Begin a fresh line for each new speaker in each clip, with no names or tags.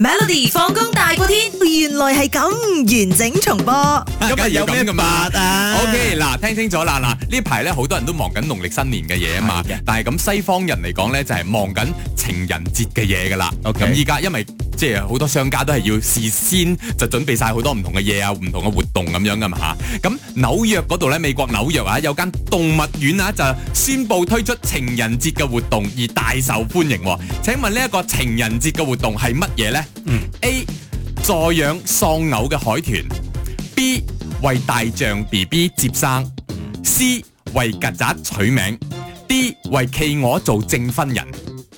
Melody 放工大過天，原來係咁完整重播。
啊
今日有咩八啊
？OK，嗱，聽清楚啦，嗱，呢排咧好多人都忙緊農曆新年嘅嘢啊嘛
係嘅，
但係咁西方人嚟講咧就係忙緊情人節嘅嘢噶啦。
OK
咁依家因為即係好多商家都係要事先就準備晒好多唔同嘅嘢啊，唔同嘅活動咁樣噶嘛嚇。咁紐約嗰度咧，美國紐約啊，有間動物園啊就宣布推出情人節嘅活動，而大受歡迎喎。請問呢一個情人節嘅活動係乜嘢呢？A
嗯
助養喪偶嘅海豚，B 為大象 B B 接生，C 為曱甴取名，D 為企鵝做證婚人。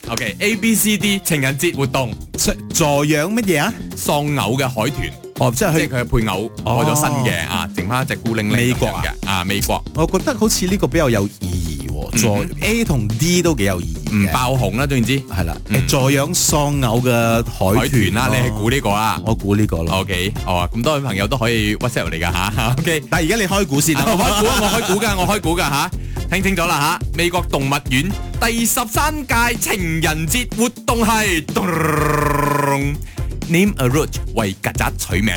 OK，A B C D 情人節活動，
助助養乜嘢啊？
喪偶嘅海豚，
哦，即係
即係
佢，
佢嘅配偶
哦
過咗身嘅啊，剩翻一隻孤零零
美國
咁樣嘅啊，美國
我覺得好似呢個比較有意義喎。助
嗯
A 同 D 都幾有意義
唔
嘅，
爆紅啦，總言之
係啦。
嗯
誒助養喪偶嘅海
海豚
豚哦
啦，
咯
你係估呢個啦。
我估呢個咯。
OK，哦，咁多位朋友都可以 WhatsApp 嚟噶吓，OK。
但係而家你開估先
啊
啦。
我開估啊，我開估噶，我開估噶吓，聽清楚啦吓，美國動物園第十三屆情人節活動係咚 Name a roach 為曱甴取名。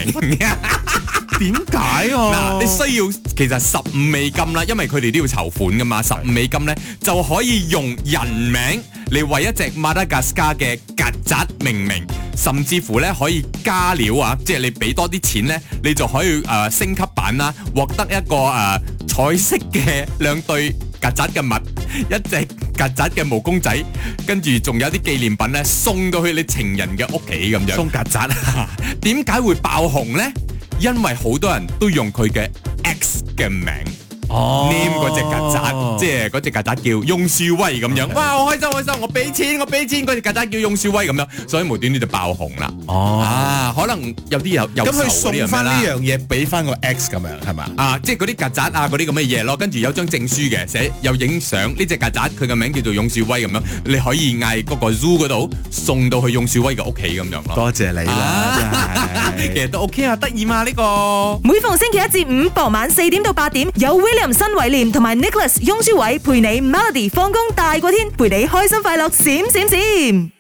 點解啊
嗱，你需要其實十五美金啦，因為佢哋都要籌款噶嘛，十五美金咧就可以用人名嚟為一隻馬達加斯加嘅曱甴命名，甚至乎咧可以加料啊，即係你俾多啲錢咧，你就可以誒、呃升級版啦，獲得一個誒、呃彩色嘅兩對曱甴嘅襪，一隻曱甴嘅毛公仔，跟住仲有啲紀念品咧送到去你情人嘅屋企咁樣。
送曱甴啊？
點解會爆紅呢？因為好多人都用佢嘅 X 嘅名
哦
name 嗰只曱甴，即係嗰只曱甴叫翁樹威咁
哦
樣。哇！我開心開心，我俾錢我俾錢，嗰只曱甴叫翁樹威咁樣，所以無端端就爆紅啦。
哦。
啊，可能有啲有有
咁佢
仇嗰啲
送
人
翻呢
啦
樣嘢俾翻個 X 咁樣係嘛？
啊，即係嗰啲曱甴啊，嗰啲咁嘅嘢咯，跟住有張證書嘅，寫有影相，呢只曱甴佢嘅名叫做翁樹威咁樣，你可以嗌嗰個 zoo 嗰度送到去翁樹威嘅屋企咁樣咯。
多謝你啦， 真係
其實都 OK 啊，得意嘛呢個。
每逢星期一至五傍晚四點到八點，有 William 新偉廉同埋 Nicholas 雍舒偉陪你 Melody 放工大過天，陪你開心快樂閃閃閃。